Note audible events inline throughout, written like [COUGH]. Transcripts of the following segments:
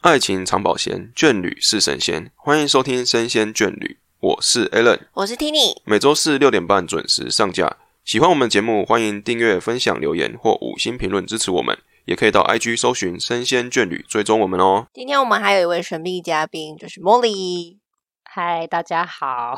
爱情长保鲜，眷侣是神仙。欢迎收听《生鲜眷侣》，我是 Alan，我是 Tini，每周四六点半准时上架。喜欢我们节目，欢迎订阅、分享、留言或五星评论支持我们，也可以到 IG 搜寻“生鲜眷侣”追踪我们哦。今天我们还有一位神秘嘉宾，就是 Molly。嗨，大家好。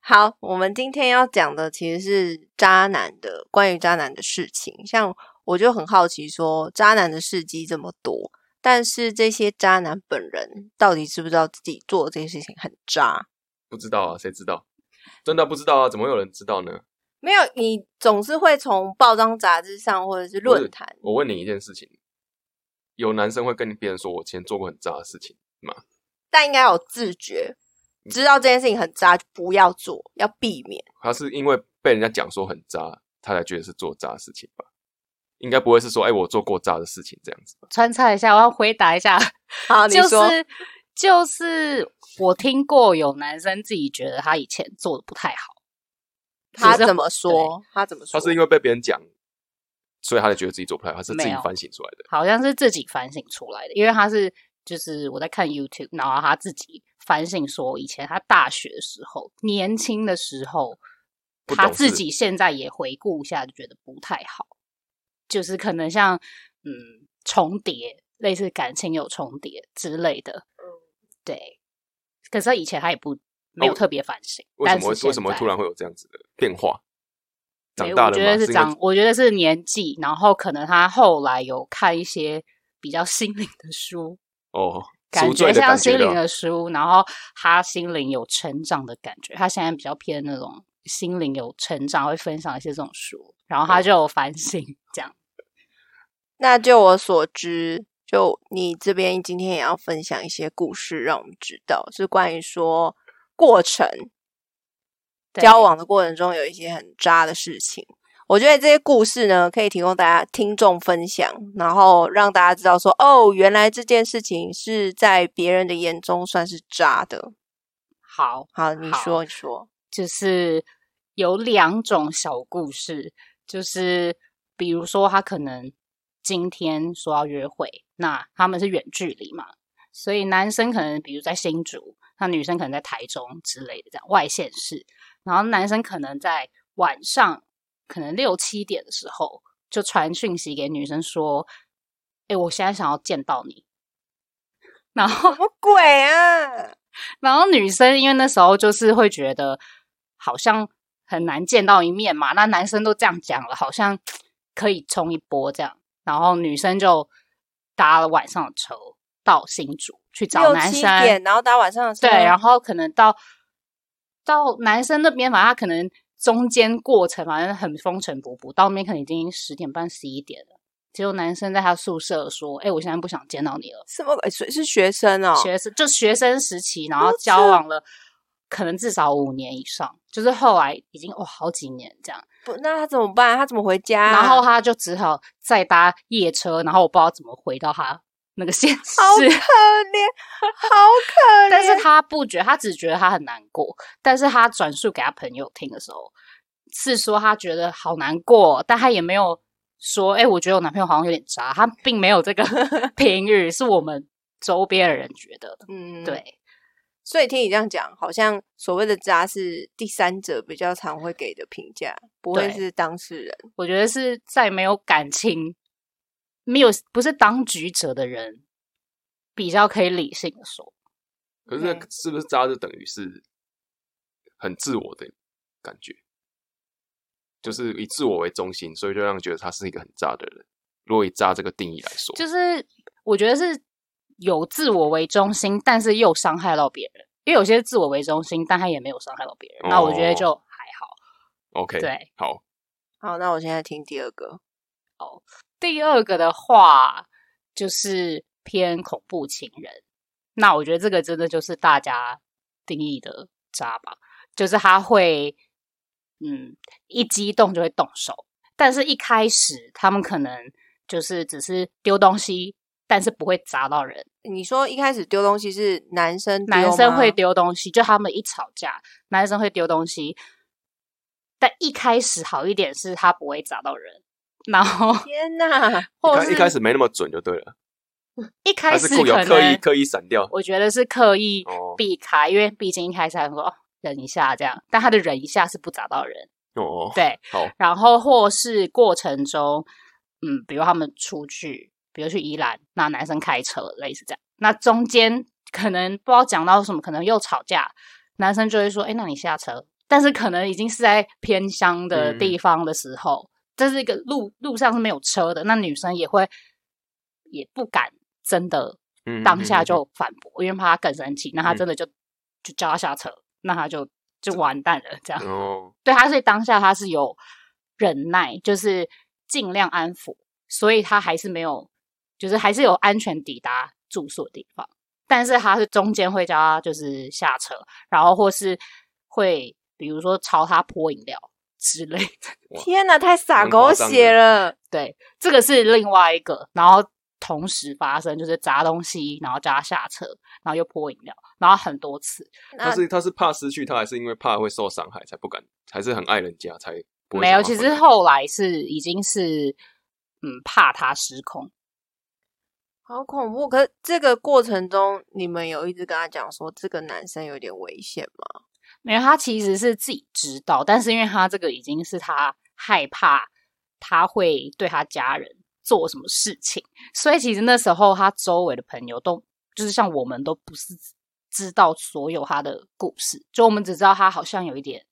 好，我们今天要讲的其实是渣男的，关于渣男的事情。像我就很好奇说，渣男的事迹这么多，但是这些渣男本人到底知不知道自己做这些事情很渣？不知道啊，谁知道？真的不知道啊，怎么会有人知道呢？没有，你总是会从报章、杂志上或者是论坛。我问你一件事情：有男生会跟别人说我以前做过很渣的事情吗？但应该有自觉，知道这件事情很渣，就不要做，要避免。他是因为被人家讲说很渣，他才觉得是做渣的事情吧？应该不会是说，哎、我做过渣的事情这样子吧。穿插一下，我要回答一下， [LAUGHS] 好，啊你就说，是就是我听过有男生自己觉得他以前做的不太好，他只是怎么说？他怎么说？他是因为被别人讲，所以他才觉得自己做不太好，他是自己没有反省出来的。好像是自己反省出来的，因为他是就是我在看 YouTube，然后他自己反省说，以前他大学的时候，年轻的时候，不他懂事自己现在也回顾一下，就觉得不太好，就是可能像嗯重叠，类似感情有重叠之类的，嗯对。可是以前他也不没那有我特别反省，哦为什但么是会为什么会现在突然会有这样子的变化？对长大我了觉得吗？是因为长，我觉得是年纪，然后可能他后来有看一些比较心灵的书，哦，感赎罪的像感觉心灵了。的书，然后他心灵有成长的感觉。他现在比较偏那种心灵有成长，会分享一些这种书，哦然后他就有反省，这样那就我所知，就你这边今天也要分享一些故事，让我们知道是关于说过程对交往的过程中有一些很渣的事情。我觉得这些故事呢，可以提供大家听众分享，然后让大家知道说，哦，原来这件事情是在别人的眼中算是渣的。好，好，你好说，你说， [LAUGHS] 就是有两种小故事，就是比如说他可能今天说要约会，那他们是远距离嘛，所以男生可能比如在新竹，那女生可能在台中之类的这样外县市，然后男生可能在晚上可能六七点的时候就传讯息给女生说：“哎、我现在想要见到你。”然后什么鬼啊？然后女生因为那时候就是会觉得好像很难见到一面嘛，那男生都这样讲了，好像可以冲一波这样。然后女生就搭了晚上的车到新竹去找六男七生，点，然后打晚上的车，对，然后后可能到到男生那边，反正他可能中间过程反正很风尘仆仆，到那边可能已经十点半十一点了。结果男生在他宿舍说：“哎、我现在不想见到你了。”什么鬼？是是学生哦，学生就学生时期，然后这交往了可能至少五年以上，就是后来已经哦好几年这样，不，那他怎么办？他怎么回家啊、然后他就只好再搭夜车，然后我不知道怎么回到他那个县市， [LAUGHS] 好可怜，好可怜。但是他不觉得，他只觉得他很难过，但是他转述给他朋友听的时候，是说他觉得好难过，但他也没有说，哎、我觉得我男朋友好像有点渣，他并没有这个 [LAUGHS] 评语，是我们周边的人觉得的，嗯，对。。所以听你这样讲，好像所谓的渣是第三者比较常会给的评价，不会对是当事人。我觉得是在没有感情、没有不是当局者的人，比较可以理性的说，可是嗯是不是渣就等于是很自我的感觉？就是以自我为中心，所以就让人觉得他是一个很渣的人。如果以渣这个定义来说，就是我觉得是有自我为中心，但是又伤害到别人。因为有些是自我为中心，但他也没有伤害到别人，那我觉得就还好。 OK，对，好，好，那我现在听第二个，第二个的话就是偏恐怖情人，那我觉得这个真的就是大家定义的渣吧，就是他会嗯一激动就会动手，但是一开始他们可能就是只是丢东西，但是不会砸到人。你说一开始丢东西是男生丢吗，男生会丢东西，就他们一吵架，男生会丢东西。但一开始好一点是他不会砸到人，然后天哪，一开或者是一开始没那么准就对了。一还开是始故有可刻意能刻意闪掉？我觉得是刻意哦避开，因为毕竟一开始还说哦忍一下这样，但他的忍一下是不砸到人，哦， [LAUGHS] 对，好，然后或是过程中，嗯，比如他们出去，比如去宜兰，那男生开车，类似这样。那中间可能不知道讲到什么，可能又吵架，男生就会说：“哎，那你下车。”但是可能已经是在偏乡的嗯地方的时候，这是一个路路上是没有车的，那女生也会也不敢真的嗯当下嗯嗯就反驳，因为怕他更生气。那他嗯真的就、就叫他下车，那他就就完蛋了，这样。嗯 [LAUGHS] 哦，对他，所以当下他是有忍耐，就是尽量安抚，所以他还是没有，就是还是有安全抵达住宿的地方。但是他是中间会叫他就是下车，然后或是会比如说朝他泼饮料 [LAUGHS] 之类的。哇天哪，太洒蛮夸狗张血的了！对，这个是另外一个，然后同时发生就是砸东西，然后叫他下车，然后又泼饮料，然后很多次。那他是他是怕失去他，还是因为怕会受伤害才不敢，还是很爱人家才不会没想有，要其分实手后来是已经是嗯怕他失控。好恐怖！可是这个过程中，你们有一直跟他讲说这个男生有点危险吗？没有，他其实是自己知道，但是因为他这个已经是他害怕他会对他家人做什么事情，所以其实那时候他周围的朋友都就是像我们都不是知道所有他的故事，就我们只知道他好像有一点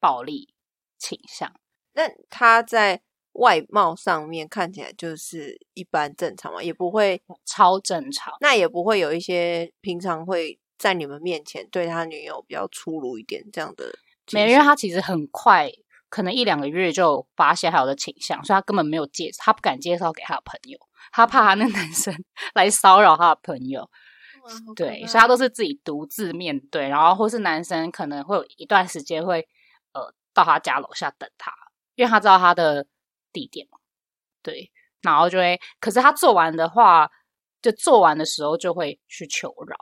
暴力倾向。那他在外貌上面看起来就是一般正常嘛，也不会，超正常，那也不会有一些平常会在你们面前对他女友比较粗鲁一点这样的倾向。没，因为他其实很快，可能一两个月就发现他有的倾向，所以他根本没有介，他不敢介绍给他的朋友，他怕他那男生 [LAUGHS] 来骚扰他的朋友。哇好可对，怕哦所以他都是自己独自面对，然后或是男生可能会有一段时间会呃到他家楼下等他，因为他知道他的地点嘛。对，然后就会，可是他做完的话，就做完的时候就会去求饶，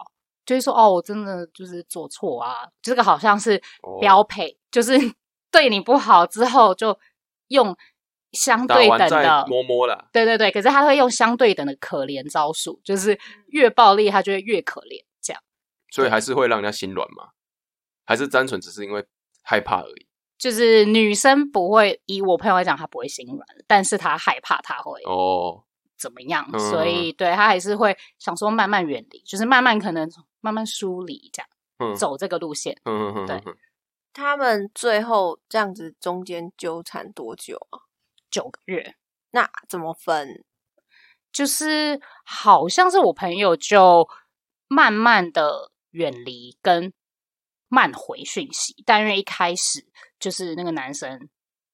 就是说哦，我真的就是做错啊，这个好像是哦标配，就是 [LAUGHS] 对你不好之后就用相打对完等再的摸摸啦，对对对，可是他会用相对等的可怜招数，嗯就是越暴力他就会越可怜，这样所以还是会让人家心软嘛，还是单纯只是因为害怕而已。就是女生不会，以我朋友来讲，她不会心软，但是她害怕他会哦，怎么样，嗯所以对她还是会想说慢慢远离，就是慢慢可能慢慢疏离这样、嗯走这个路线。嗯嗯对嗯嗯，他们最后这样子中间纠缠多久啊？九个月，那怎么分？就是好像是我朋友就慢慢的远离跟慢回讯息，但因为一开始就是那个男生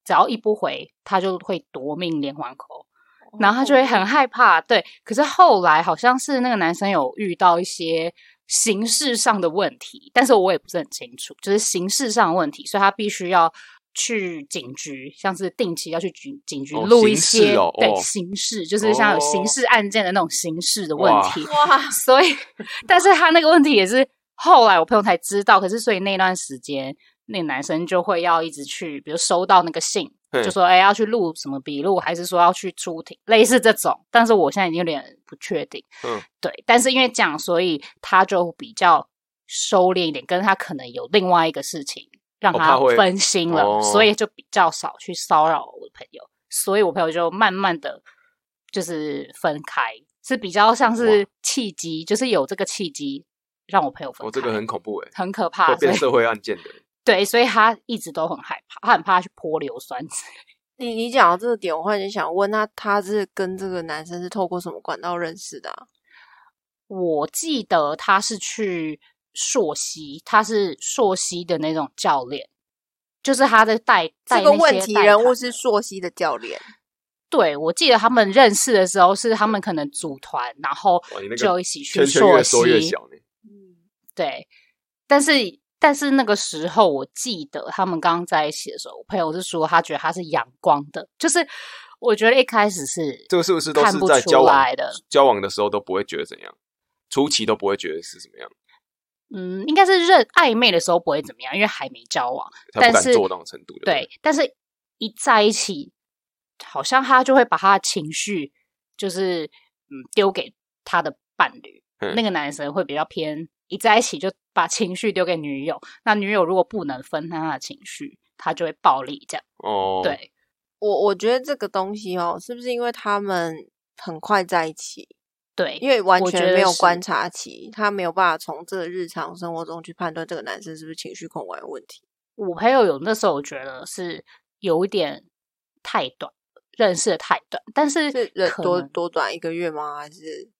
只要一不回，他就会夺命连环扣，哦然后他就会很害怕。对，可是后来好像是那个男生有遇到一些形式上的问题，但是我也不是很清楚，就是形式上的问题，所以他必须要。去警局，像是定期要去警警局哦录一刑事些、哦对哦刑事，就是像有刑哦事案件的那种刑事的问哇题。哇，所以，但是他那个问题也是后来我朋友才知道，可是所以那段时间，那个男生就会要一直去，比如收到那个信，嗯就说哎、要去录什么笔录，还是说要去出庭，类似这种。但是我现在已经有点不确定，嗯，对。但是因为这样，所以他就比较收敛一点，跟他可能有另外一个事情让哦他怕会分心了，哦所以就比较少去骚扰我的朋友。所以我朋友就慢慢的就是分开，是比较像是契机，就是有这个契机让我朋友分开。我这个很恐怖哎，很可会怕，所变以社会案件的。对，所以他一直都很害怕，他很怕去泼硫酸 [LAUGHS] 之类你你讲到这个点，我忽然间想问，那他是跟这个男生是透过什么管道认识的、啊？我记得他是去朔溪，他是朔溪的那种教练，就是他在带带这个那些问题带人物团是朔溪的教练，对，我记得他们认识的时候是他们可能组团，然后哇，你那就个一起去圈圈朔越溪。缩越小呢。嗯，对，但是但是那个时候，我记得他们刚刚在一起的时候，我朋友是说他觉得他是阳光的，就是我觉得一开始是这个是不是都看是不在出交往来的交往的时候都不会觉得怎样，初期都不会觉得是怎么样，嗯，应该是认暧昧的时候不会怎么样，因为还没交往，才不但敢是做到那种程度。对，但是一在一起，好像他就会把他的情绪就是嗯丢给他的伴侣，嗯那个男生会比较偏一在一起就把情绪丢给女友，那女友如果不能分摊他的情绪，他就会暴力这样。哦，，对，我我觉得这个东西哦，是不是因为他们很快在一起，对，因为完我觉全得没有是观察期，他没有办法从这个日常生活中去判断这个男生是不是情绪控管有问题。我朋友有那时候我觉得是有一点太短，认识的太短，但是是人可多能多短一个月吗？还是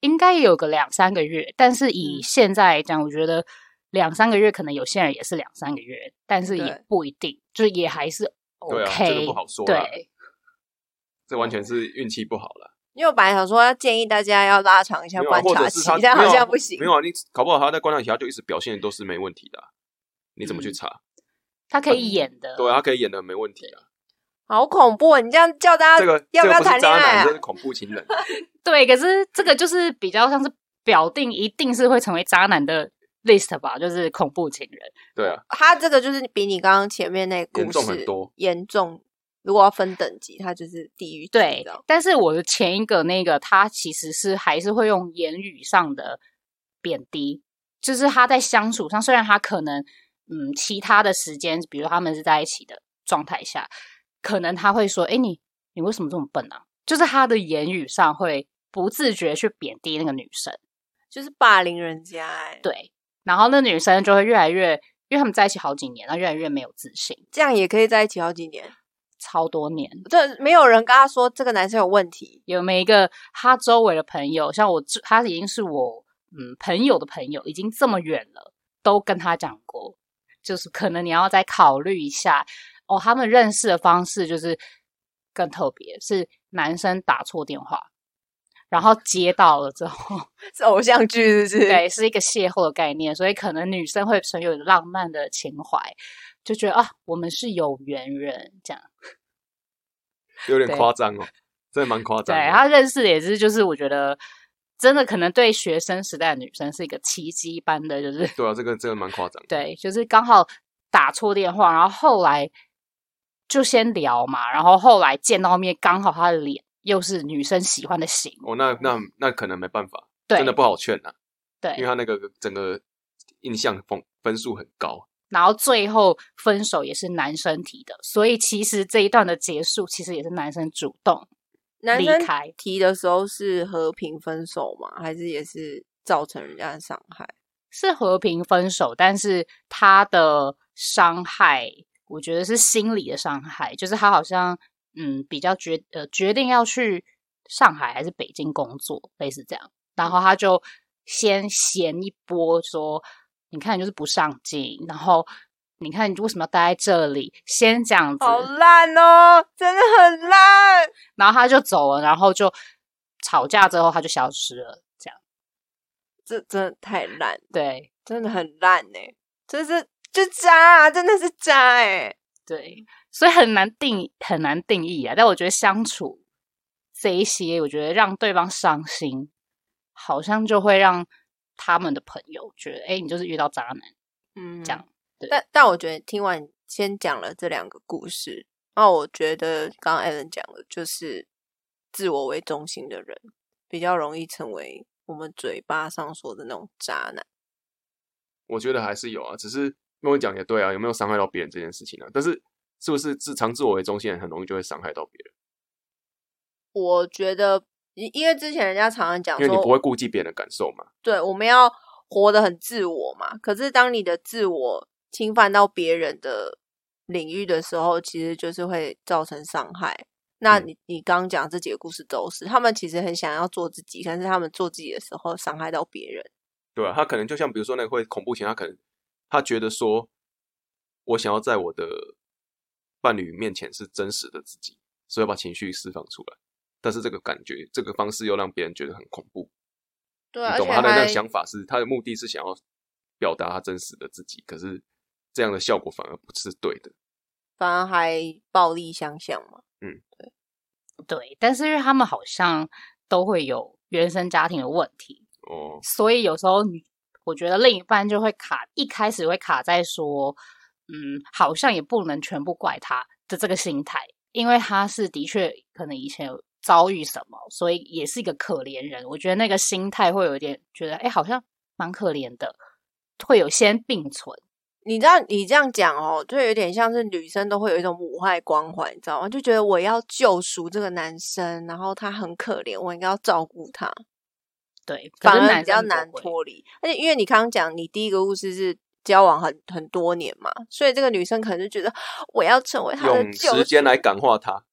应该也有个两三个月，但是以嗯现在来讲，我觉得两三个月可能有些人也是两三个月，但是也对不一定，就也还是对 OK，啊这个不好说啦对这完全是运气不好了。因为我本来想说要建议大家要拉长一下没有啊观或察者是期他，但好没有啊像不行没。有啊，你搞不好他在观察期他就一直表现都是没问题的啊、你怎么去嗯查？他可以演的，对啊，他可以演的没问题啊。好恐怖哦！你这样叫大家这个要不要这个不谈是渣恋爱、男，啊这？是恐怖情人。对可是这个就是比较像是表定一定是会成为渣男的 list 吧，就是恐怖情人。对啊，他这个就是比你刚刚前面那个严故事重很多严重如果要分等级，他就是地狱级对这样，但是我的前一个那个，他其实是还是会用言语上的贬低，就是他在相处上，虽然他可能嗯其他的时间，比如他们是在一起的状态下，可能他会说：“哎，你你为什么这么笨啊？”就是他的言语上会不自觉去贬低那个女生，就是霸凌人家、哎，对，然后那女生就会越来越，因为他们在一起好几年，她越来越没有自信，这样也可以在一起好几年。超多年。这没有人跟他说这个男生有问 [LAUGHS] 题，有每一个他周围的朋友，像我这，他已经是我嗯朋友的朋友，已经这么远了，都跟他讲过，就是可能你要再考虑一下哦。他们认识的方式就是更特别，是男生打错电话，然后接到了之后，是偶像剧是不 [LAUGHS] 是？对，是一个邂逅的概念，所以可能女生会存有浪漫的情怀，就觉得啊，我们是有缘人这样。有点对夸张哦，真的蛮夸张的。哦对他认识的也是，就是我觉得真的可能对学生时代的女生是一个奇迹般的，就是对啊，这个真的蛮夸张。，对，就是刚好打错电话，然后后来就先聊嘛，然后后来见到面，刚好他的脸又是女生喜欢的型，哦，那那那可能没办法，对真的不好劝啊，因为对，他那个整个印象分分数很高，然后最后分手也是男生提的，所以其实这一段的结束其实也是男生主动男离生开提的时候是和平分手吗？还是也是造成人家的伤害？是和平分手，但是他的伤害，我觉得是心理的伤害，就是他好像嗯比较决呃决定要去上海还是北京工作，类似这样，然后他就先闲一波说，你看你就是不上进，然后你看你为什么要待在这里，先这样子，好烂哦，真的很烂。然后他就走了，然后就吵架之后他就消失了，这样这真的太烂，对真的很烂呢、这是就渣、啊，真的是渣哎、对，所以很难定很难定义啊。但我觉得相处这一些，我觉得让对方伤心，好像就会让他们的朋友觉得，哎、你就是遇到渣男。嗯，这样对但但我觉得听完先讲了这两个故事，那我觉得刚刚 Alan 讲的就是自我为中心的人比较容易成为我们嘴巴上说的那种渣男。我觉得还是有啊，只是跟我讲也对啊，有没有伤害到别人这件事情啊？但是是不是自常自我为中心的人很容易就会伤害到别人？我觉得，因因为之前人家常常讲因为你不说，会顾及别人的感受嘛。对，我们要活得很自我嘛。可是当你的自我侵犯到别人的领域的时候，其实就是会造成伤害。那嗯你、你刚刚讲这几个故事都是，他们其实很想要做自己，但是他们做自己的时候伤害到别人。对啊，他可能就像比如说那个会恐怖情人，他可能他觉得说，我想要在我的伴侣面前是真实的自己，所以把情绪释放出来。但是这个感觉，这个方式又让别人觉得很恐怖，对你啊，而懂且吗？他的那还个想法是，他的目的是想要表达他真实的自己，可是这样的效果反而不是对的。反而还暴力相向嘛。对，但是因为他们好像都会有原生家庭的问题，哦，所以有时候你我觉得另一半就会卡，一开始会卡在说，嗯，好像也不能全部怪他的这个心态，因为他是的确可能以前有遭遇什么，所以也是一个可怜人。我觉得那个心态会有一点觉得，哎，好像蛮可怜的，会有先并存。你知道你这样讲哦，就有点像是女生都会有一种母爱光环，你知道吗？就觉得我要救赎这个男生，然后他很可怜，我应该要照顾他，对，可反是而男比较生不难会脱离。而且因为你刚刚讲，你第一个故事是交往很很多年嘛，所以这个女生可能就觉得我要成为他的用救时间赎来感化他。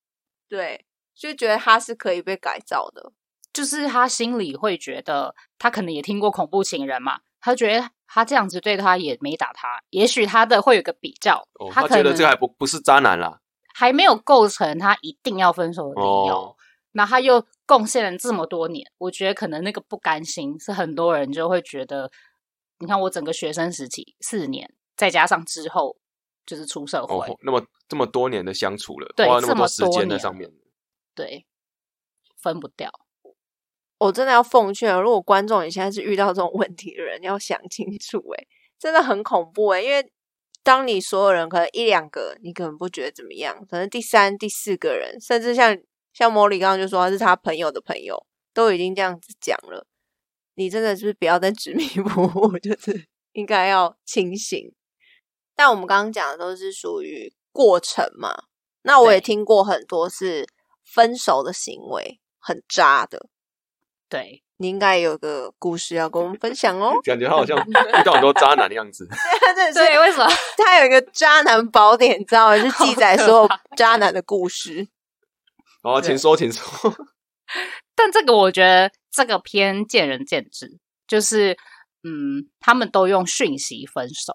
对，就觉得他是可以被改造的。就是他心里会觉得，他可能也听过恐怖情人嘛，他觉得他这样子对他也没打他，也许他的会有个比较，哦，他他可觉得这个还能不不是渣男啦。还没有构成他一定要分手的理由哦，，那、他又贡献了这么多年，我觉得可能那个不甘心是很多人就会觉得，你看我整个学生时期四年，再加上之后就是出社会，哦，那么这么多年的相处了，对花了那这么么多时多间在年上面，。对，分不掉。我真的要奉劝，如果观众你现在是遇到这种问题的人，要想清楚、欸，真的很恐怖哎、因为当你所有人可能一两个，你可能不觉得怎么样，可能第三、第四个人，甚至像像莫莉刚刚就说他是他朋友的朋友，都已经这样子讲了，你真的就是不要再执迷不悟，就是应该要清醒。但我们刚刚讲的都是属于过程嘛，那我也对听过很多是分手的行为很渣的，对，你应该有个故事要跟我们分享 [LAUGHS] 哦感觉他好像遇到很多渣男的样子。他真的是，为 [LAUGHS] 什么？他有一个渣男宝典，你知道吗？是记载所有渣男的故事。好， [LAUGHS] 对请说，请说。 [LAUGHS] 但这个我觉得这个偏见仁见智，就是嗯，他们都用讯息分手，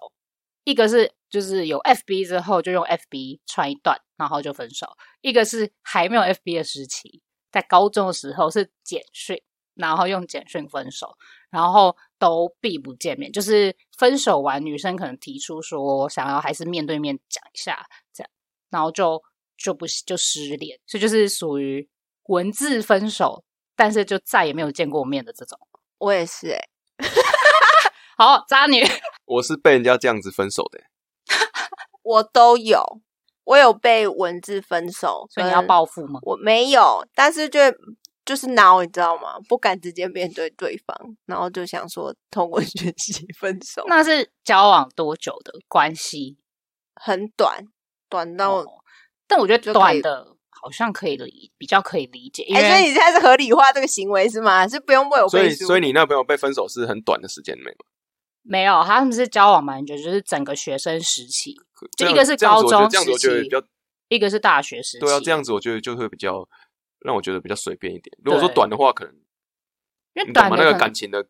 一个是就是有 FB 之后就用 FB 传一段，然后就分手；一个是还没有 FB 的时期，在高中的时候是简讯，然后用简讯分手，然后都避不见面，就是分手完，女生可能提出说想要还是面对面讲一下，这样，然后就就不就失联，所以就是属于文字分手，但是就再也没有见过面的这种。我也是、欸，哎，好，渣女，嗯我是被人家这样子分手的，我都有，我有被文字分手，所以你要跟报复吗？我没有，但是就就是挠，你知道吗？不敢直接面对对方，然后就想说通过 [LAUGHS] 讯息分手，那是交往多久的关系？很短，短到哦但我觉就可得短以的好像可以理，比较可以理解，因哎、为、所以你现在是合理化这个行为是吗？是不用为我所背以书？所以你那朋友被分手是很短的时间内嘛？没有他们是交往蛮久，就是整个学生时期，这就一样个是这样高子我觉得中这样子时我觉得期比较，一个是大学时期，对啊，这样子我觉得就会比较让我觉得比较随便一点。如果说对短的话，可能因为你懂短吗？的那可个能感情的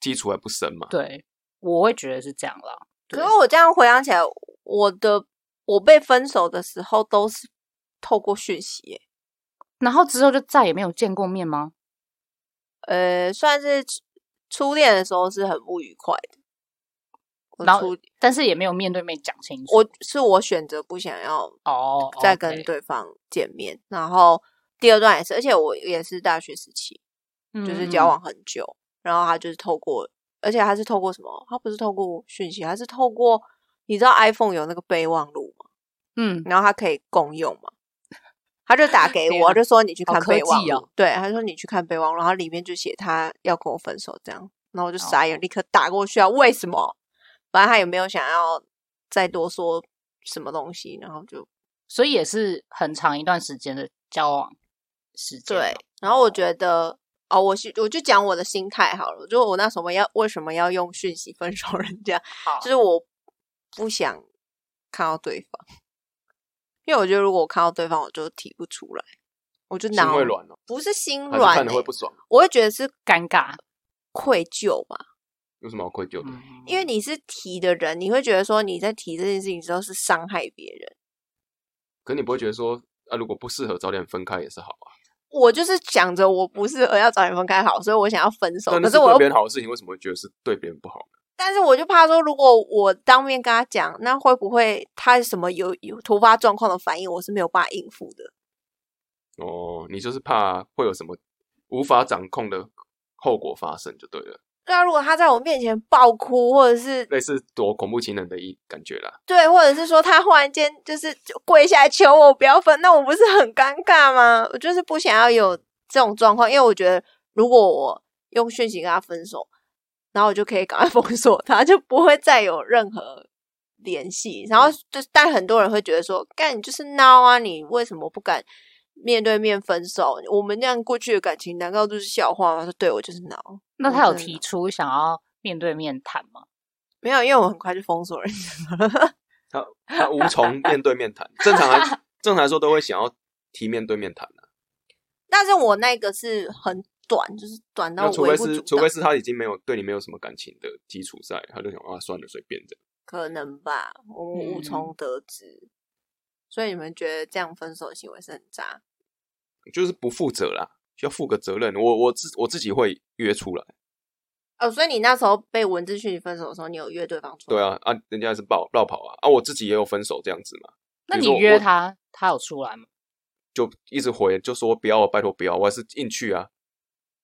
基础还不深嘛。对，我会觉得是这样啦。可是我这样回想起来，我的我被分手的时候都是透过讯息耶，然后之后就再也没有见过面吗？呃，算是初初恋的时候是很不愉快的。我然后初但是也没有面对面讲清楚。我是我选择不想要哦，再 OK 跟对方见面，然后第二段也是，而且我也是大学时期，就是嗯交往很久，然后他就是透过，而且他是透过什么？他不是透过讯息，他是透过你知道 iPhone 有那个备忘录吗？嗯，嗯，然后他可以共用嘛。他就打给天我，啊就说你去好看科备忘技录，哦对，他说你去看备忘录，然后里面就写他要跟我分手这样，然后我就哦傻眼，立刻打过去啊，为什么？反正他也没有想要再多说什么东西，然后就所以也是很长一段时间的交往时间嘛。对，然后我觉得哦，我是我就讲我的心态好了，就我那什么要为什么要用讯息分手人家，好，就是我不想看到对方，因为我觉得如果我看到对方，我就提不出来，我就心脑会软哦，不是心还是软看了欸、会不爽？我会觉得是尴尬，愧疚吧，有什么好愧疚的？嗯因为你是提的人，你会觉得说你在提这件事情之后是伤害别人。可你不会觉得说啊，如果不适合早点分开也是好啊？我就是想着我不适合要早点分开好，所以我想要分手。但可那是是我对又别人好的事情，为什么会觉得是对别人不好？但是我就怕说，如果我当面跟他讲，那会不会他什么有有突发状况的反应，我是没有办法应付的。哦，你就是怕会有什么无法掌控的后果发生就对了。对啊，如果他在我面前爆哭，或者是类似躲恐怖情人的一感觉啦。对，或者是说他忽然间就是就跪下来求我不要分，那我不是很尴尬吗？我就是不想要有这种状况，因为我觉得如果我用讯息跟他分手，然后我就可以赶快 [LAUGHS] 封锁他，就不会再有任何联系。然嗯后就是，但很多人会觉得说，干你就是孬啊，你为什么不敢面对面分手？我们这样过去的感情难道就是笑话吗？说对我就是孬，那他有真的提出想要面对面谈吗？没有，因为我很快就封锁人家 [LAUGHS] 了。 [LAUGHS] 他他无从面对面谈，正常来正常来说都会想要提面对面谈啊的、但是我那个是很短，就是短到那除微非不是足除道非，是他已经没有对你没有什么感情的基础在，他就想啊算了随便这样。可能吧，我嗯无从得知。所以你们觉得这样分手的行为是很渣？就是不负责啦，需要负个责任。我我自我自己会约出来，哦，所以你那时候被文字讯息分手的时候，你有约对方出来？对啊啊，人家是绕绕跑啊啊，我自己也有分手这样子嘛，那比你如说约我他，他有出来吗？就一直回就说不要啊，拜托不要，我还是硬去啊，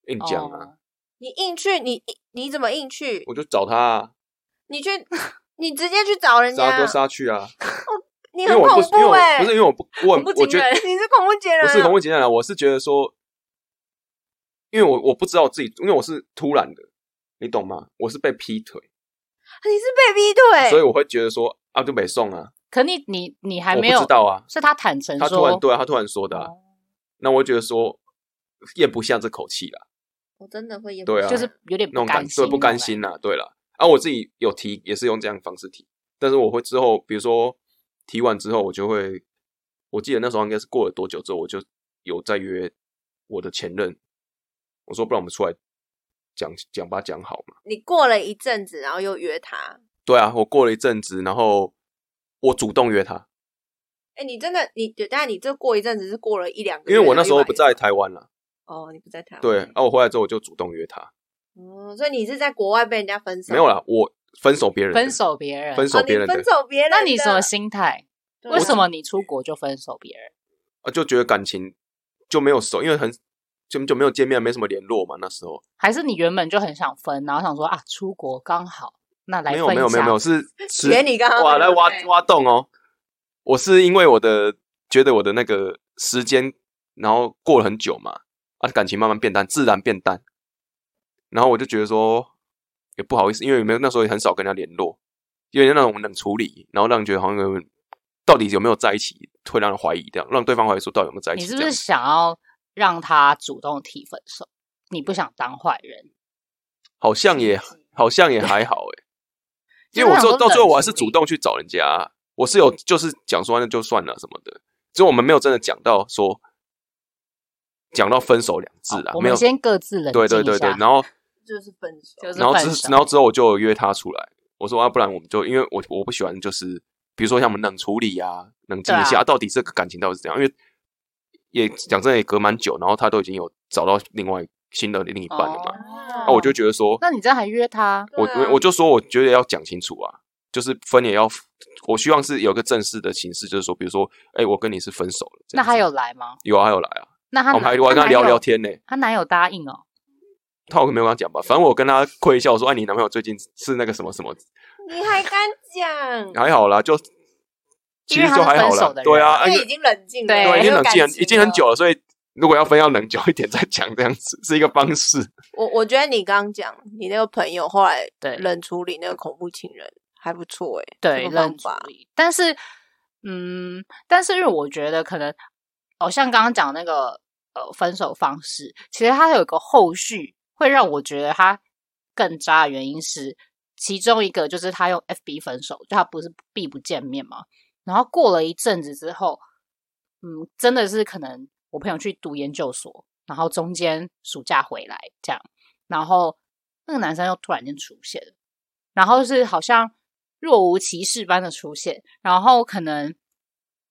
硬讲啊，哦，你硬去，你你怎么硬去？我就找他、啊，你去，你直接去找 [LAUGHS] 人杀家就，杀去啊，你因很为我不恐是因为怖我哎、不是因为我不我很欸恐怖我情觉得人你 [LAUGHS] 是恐怖情人不啊， [LAUGHS] 是恐怖情人啊，我是觉得说，因为我我不知道我自己，因为我是突然的，你懂吗？我是被劈腿，你是被劈腿，所以我会觉得说啊就没送啊，可你你你还我没不有知，道啊，是他坦诚他说，突然对啊，他突然说的、啊哦，那我会觉得说咽不下这口气啦，我真的会演对啊就是有点那种甘感心，对不甘心啦，对啦。啊，我自己有提，也是用这样的方式提，但是我会之后，比如说提完之后，我就会，我记得那时候应该是过了多久之后，我就有在约我的前任，我说不然我们出来讲讲吧，讲好嘛。你过了一阵子，然后又约他，对啊，我过了一阵子，然后我主动约他，哎、你真的，你但你这过一阵子是过了一两个因月，为我那时候然后不又把在你台湾啦。哦，你不在台湾，对，啊，我回来之后我就主动约他，哦，所以你是在国外被人家分手，没有啦，我分手别人的，分手别人，分手哦，你别人的分手别人的，那你什么心态？对为什么你出国就分手别人？啊，就觉得感情就没有熟，因为很就就没有见面，没什么联络嘛。那时候还是你原本就很想分，然后想说啊，出国刚好，那来没分有没有一没有下没有是 [LAUGHS] 迟连你刚刚哇那来个挖对挖洞哦。我是因为我的觉得我的那个时间，然后过了很久嘛，啊，感情慢慢变淡，自然变淡。然后我就觉得说也不好意思，因为没有那时候也很少跟人家联络，有点那种冷处理，然后让人觉得好像有点到底有没有在一起，会让人怀疑这样，让对方怀疑说到底有没有在一你起这是样不子。是想要让他主动提分手？你嗯不想当坏人？好像也好像 [LAUGHS] 也还好哎、就因为我是做很到最后冷我还处是理主动去找人家啊、我是有就是讲说那就算了什么的，只是我们没有真的讲到说讲到分手两字啊好，我没们有先各自冷静对一下。对对对，然后就是分手，就是然后分之手然后之后我就约他出来，我说啊，不然我们就因为我我不喜欢就是比如说像我们冷处理啊，冷静一对下、啊到底这个感情到底是怎样，因为也讲真的也隔蛮久，然后他都已经有找到另外新的另一半了嘛，啊哦那、我就觉得说那你这样还约他？我对啊我我就说，我觉得要讲清楚啊，就是分也要，我希望是有个正式的形式，就是说，比如说，哎、我跟你是分手了，这那样子还有来吗？有啊，还有来啊，那他我们还他我还跟他男聊友聊，天呢、他男友答应哦。他我没有跟他讲吧，反正我跟他亏一下，我说，哎，你男朋友最近是那个什么什么，你还敢讲？还好啦，就其因为实他就是还好分手啦的，对啊，那哎，已经冷静了，对对，已经冷静有了感，情已经很久了。了，所以如果要分，要冷久一点再讲，这样子是一个方式。我我觉得你刚刚讲你那个朋友后来对冷处理那个恐怖情人还不错哎、对，这个方认法主义。但是，嗯，但是因为我觉得可能，哦，像刚刚讲那个呃分手方式，其实它有一个后续会让我觉得他更渣的原因是，其中一个就是他用 FB 分手，就他不是避不见面嘛，然后过了一阵子之后，嗯，真的是可能我朋友去读研究所，然后中间暑假回来这样，然后那个男生又突然间出现了，然后是好像若无其事般的出现，然后可能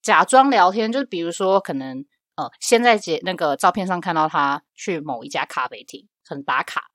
假装聊天，就是比如说可能呃，先在姐那个照片上看到他去某一家咖啡厅，可能打卡，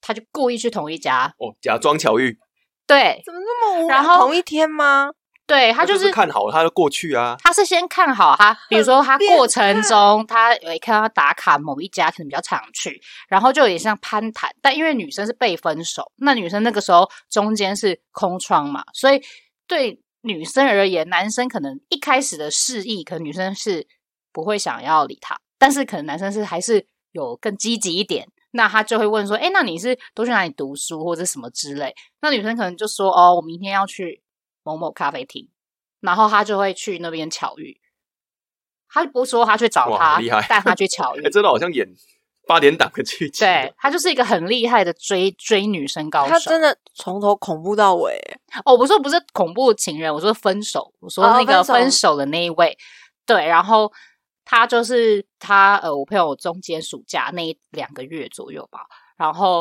他就故意去同一家，哦，假装巧遇，对怎么那么无聊？然后同一天吗？对他就就是嗯看好他的过去啊，他是先看好他，比如说他变过程中，他有一看到打卡某一家可能比较常去，然后就有点像攀谈，但因为女生是被分手，那女生那个时候中间是空窗嘛，所以对女生而言，男生可能一开始的示意，可能女生是不会想要理他，但是可能男生是还是有更积极一点。那他就会问说：“哎，那你是都去哪里读书或者什么之类？”那女生可能就说：“哦，我明天要去某某咖啡厅。”然后他就会去那边巧遇。他不说他去找哇他好厉害，但他去巧遇哎、。真的好像演八点档的剧情。对，他就是一个很厉害的追追女生高他手。真的从头恐怖到尾，欸哦，我说不是恐怖情人，我说分手，我说哦那分个手分手的那一位，对，然后他就是他呃，我朋友中间暑假那一两个月左右吧，然后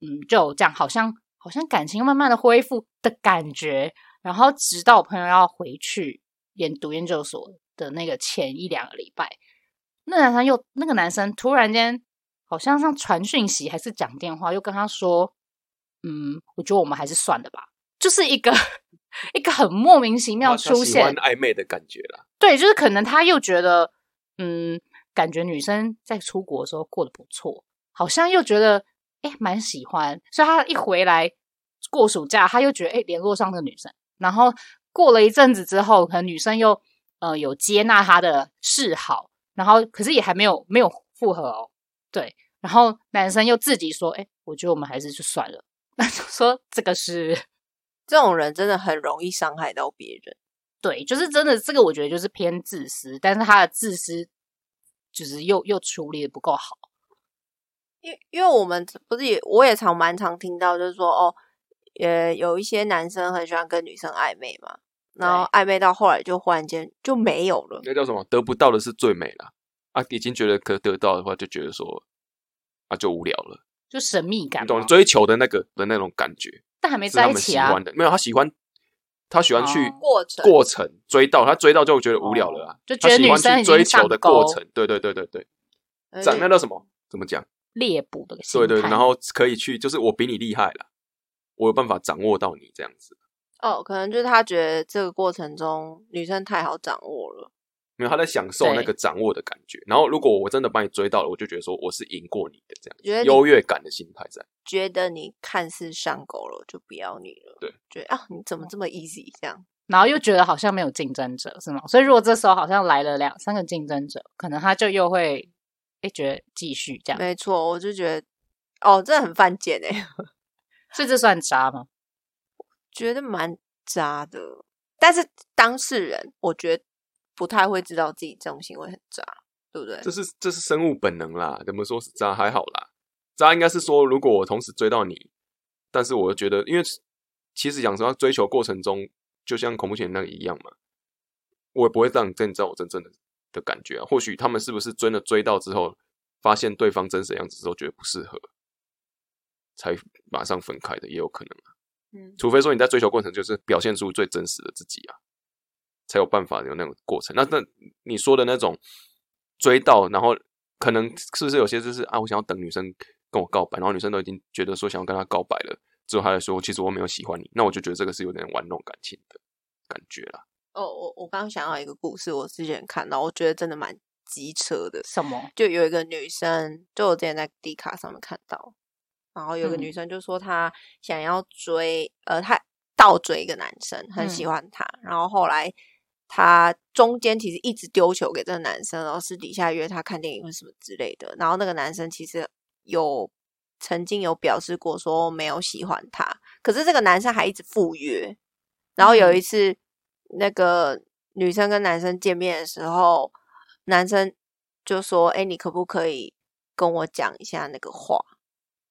嗯，就有这样，好像好像感情慢慢的恢复的感觉，然后直到我朋友要回去研读研究所的那个前一两个礼拜，那男生又那个男生突然间好像像传讯息还是讲电话，又跟他说，嗯，我觉得我们还是算了吧，就是一个 [LAUGHS] 一个很莫名其妙他他出喜欢现，暧昧的感觉啦，对，就是可能他又觉得，嗯，感觉女生在出国的时候过得不错，好像又觉得，哎，蛮喜欢，所以他一回来过暑假，他又觉得，哎，联络上那个女生，然后过了一阵子之后，可能女生又呃有接纳他的示好，然后可是也还没有没有复合哦，对，然后男生又自己说，哎，我觉得我们还是就算了， [LAUGHS] 那就说这个是。这种人真的很容易伤害到别人。对，就是真的，这个我觉得就是偏自私，但是他的自私就是又又处理的不够好。因因为我们不是也我也常蛮常听到，就是说哦，呃，有一些男生很喜欢跟女生暧昧嘛，然后暧昧到后来就忽然间就没有了。那叫什么？得不到的是最美啦。啊，已经觉得可得到的话，就觉得说啊，就无聊了。就神秘感你嘛，懂追求的那个的那种感觉，但还没是在他一们起喜啊。欢的。没有，他喜欢他喜欢去哦过程过程追到，他追到就觉得无聊了啊哦，就他觉得喜欢女生去已经追求的上钩过程。对对对对对，呃长那叫什么？怎么讲？猎捕的心态，对对，然后可以去，就是我比你厉害了，我有办法掌握到你这样子。哦，可能就是他觉得这个过程中女生太好掌握了，没有，他在享受那对个掌握的感觉。然后，如果我真的把你追到了，我就觉得说我是赢过你的这样觉得子，你优越感的心态在。觉得你看似上钩了，就不要你了。对，觉得啊，你怎么这么 easy 这样？然后又觉得好像没有竞争者是吗？所以如果这时候好像来了两三个竞争者，可能他就又会哎觉得继续这样，没错，我就觉得哦，这很犯贱哎、所以这算渣吗？觉得蛮渣的。但是当事人，我觉得不太会知道自己这种行为很渣，对不对？这是这是生物本能啦，怎么说是渣还好啦，渣应该是说，如果我同时追到你，但是我又觉得，因为其实讲实话，追求过程中，就像恐怖情人那个一样嘛，我也不会让你真的知道我真正的的感觉啊。或许他们是不是真的追到之后，发现对方真实的样子之后，觉得不适合，才马上分开的，也有可能啊。嗯，除非说你在追求过程就是表现出最真实的自己啊，才有办法有那种过程。那那你说的那种追到，然后可能是不是有些就是啊，我想要等女生跟我告白，然后女生都已经觉得说想要跟她告白了，之后她再说其实我没有喜欢你，那我就觉得这个是有点玩弄感情的感觉啦。哦，我我刚刚想到一个故事，我之前看到，我觉得真的蛮机车的。什么？就有一个女生，就我之前在 D 卡上面看到，然后有个嗯女生就说她想要追，呃，她倒追一个男生，很喜嗯欢他，然后后来她中间其实一直丢球给这个男生，然后私底下约他看电影或什么之类的，然后那个男生其实有曾经有表示过说没有喜欢她，可是这个男生还一直赴约，然后有嗯一次、那个女生跟男生见面的时候，男生就说：“哎、你可不可以跟我讲一下那个话？”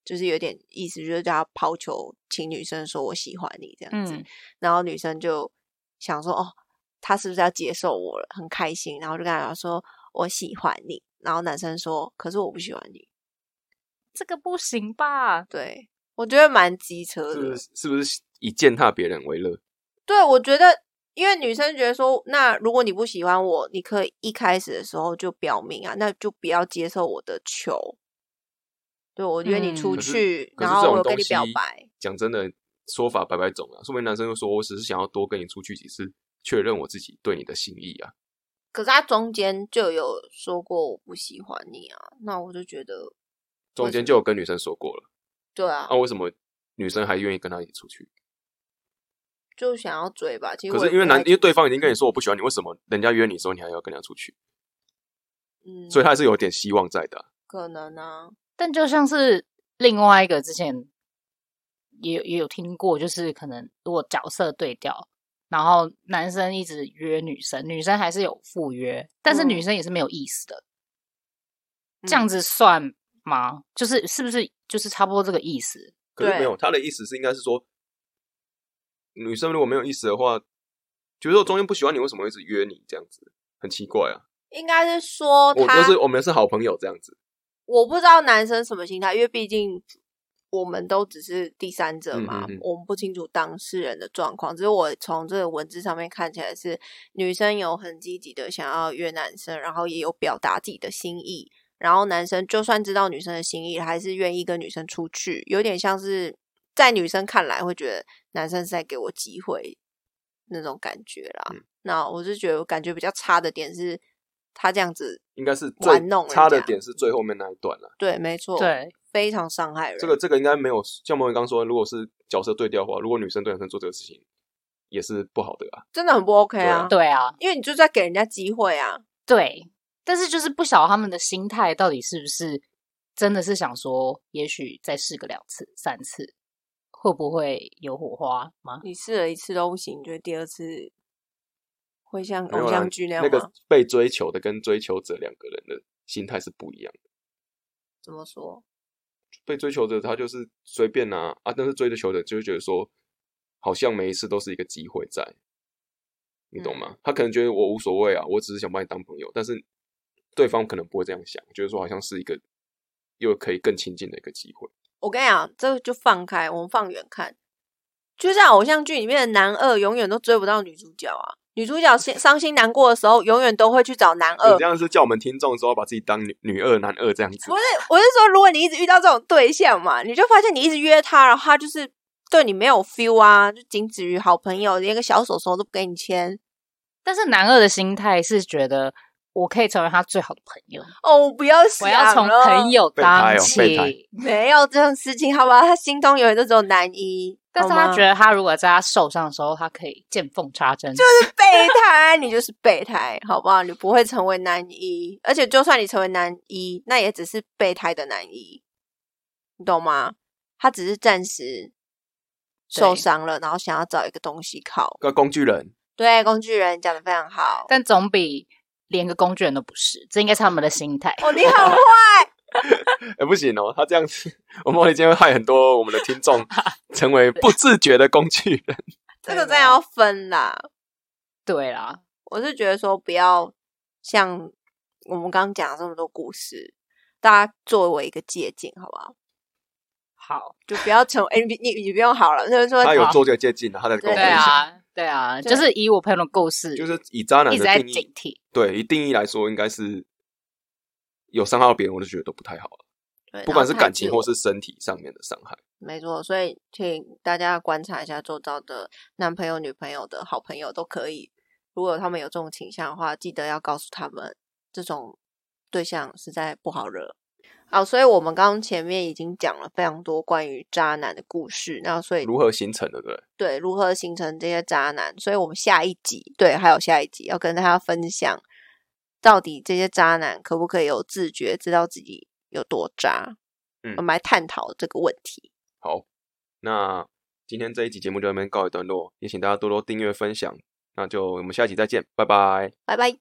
就是有点意思，就是叫他抛球，请女生说我喜欢你这样子。嗯，然后女生就想说：“哦，他是不是要接受我了？”很开心，然后就跟他讲说：“我喜欢你。”然后男生说：“可是我不喜欢你。这个不行吧？对”我觉得蛮机车是的不。是是不是以践踏别人为乐？对，我觉得，因为女生觉得说，那如果你不喜欢我，你可以一开始的时候就表明啊，那就不要接受我的球。对，我约你嗯出可是去，可然是这种后我有跟东你西表白，讲真的，说法百百种啊。说明男生又说我只是想要多跟你出去几次，确认我自己对你的心意啊。可是他中间就有说过我不喜欢你啊，那我就觉得中间就有跟女生说过了，对啊，那、为什么女生还愿意跟他一起出去？就想要追吧。其实可我也嗯是因为不太男，因为对方已经跟你说我不喜欢你，为什么人家约你之后你还要跟人家出去？嗯，所以他还是有点希望在的啊、可能啊，但就像是另外一个之前也也有听过，就是可能如果角色对调，然后男生一直约女生，女生还是有赴约，但是嗯女生也是没有意思的，嗯这样子算吗？就是是不是就是差不多这个意思？可是对没有，他的意思是应该是说，女生如果没有意思的话，觉得我中间不喜欢你，为什么会一直约你这样子？很奇怪啊！应该是说我他就是我们是好朋友这样子，我不知道男生什么心态，因为毕竟我们都只是第三者嘛，嗯嗯嗯我们不清楚当事人的状况。只是我从这个文字上面看起来是女生有很积极的想要约男生，然后也有表达自己的心意，然后男生就算知道女生的心意，还是愿意跟女生出去，有点像是在女生看来会觉得男生是在给我机会那种感觉啦。嗯那我是觉得感觉比较差的点是。他这样子，应该是最玩弄人家差的点是最后面那一段了、对，没错，，对，非常伤害人。这个这个应该没有像莫文刚说，如果是角色对调的话，如果女生对男生做这个事情也是不好的啊。真的很不 OK 啊，对啊，因为你就是在给人家机会啊，对。但是就是不晓得他们的心态到底是不是真的是想说，也许再试个两次、三次，会不会有火花吗？你试了一次都不行，你觉得第二次会像没有偶啦像剧那样那吗？个被追求的跟追求者两个人的心态是不一样的。怎么说？被追求者他就是随便啊啊，但是追求者就会觉得说，好像每一次都是一个机会在，你懂嗯吗？他可能觉得我无所谓啊，我只是想把你当朋友，但是对方可能不会这样想，觉得说好像是一个又可以更亲近的一个机会。我跟你讲，这个就放开，我们放远看，就像偶像剧里面的男二永远都追不到女主角啊，女主角心伤心难过的时候，永远都会去找男呃二你这。样是叫我们听众说把自己当女女二、男二这样子不，是，我是说，如果你一直遇到这种对象嘛，你就发现你一直约他，然后他就是对你没有 feel 啊，就仅止于好朋友，连个小手手都不给你牵。但是男二的心态是觉得我可以成为他最好的朋友，哦，我不要想我要从了朋友当备胎起。哦备 [LAUGHS] 没有这种事情，好吧？他心中永远都只有男一，但是好他吗觉得他如果在他受伤的时候，他可以见缝插针，就备胎，你就是备胎，好不好？你不会成为男一，而且就算你成为男一，那也只是备胎的男一，你懂吗？他只是暂时受伤了，然后想要找一个东西靠。个工具人。对，工具人讲的非常好。但总比连个工具人都不是，这应该是他们的心态。哦，你 [LAUGHS] 好，哎、不行哦，他这样子， [LAUGHS] 我们已经会害很多我们的听 [LAUGHS] 众成为不自觉的工具人。这个真的要分啦。对啦，我是觉得说，不要像我们刚刚讲的这么多故事，大家作为一个借鉴，好不好？好，就不要成为，哎、你你你不用好了，就是说他有做这个接近的，他在跟我对分啊对享，啊，对啊，对就是以我朋友的故事，就是以渣男的一直在定义警惕。对，以定义来说，应该是有伤害到别人，我就觉得都不太好了，对不管是然后太感情自我或是身体上面的伤害。没错，所以请大家观察一下周遭的男朋友、女朋友的好朋友都可以，如果他们有这种倾向的话，记得要告诉他们这种对象实在不好惹。好，所以我们刚刚前面已经讲了非常多关于渣男的故事，那所以如何形成的，对不对？对如何形成这些渣男，所以我们下一集对还有下一集要跟大家分享，到底这些渣男可不可以有自觉，知道自己有多渣？嗯我们来探讨这个问题。好，那今天这一集节目就到这边告一段落，也请大家多多订阅分享。那就我们下一集再见，拜拜。拜拜。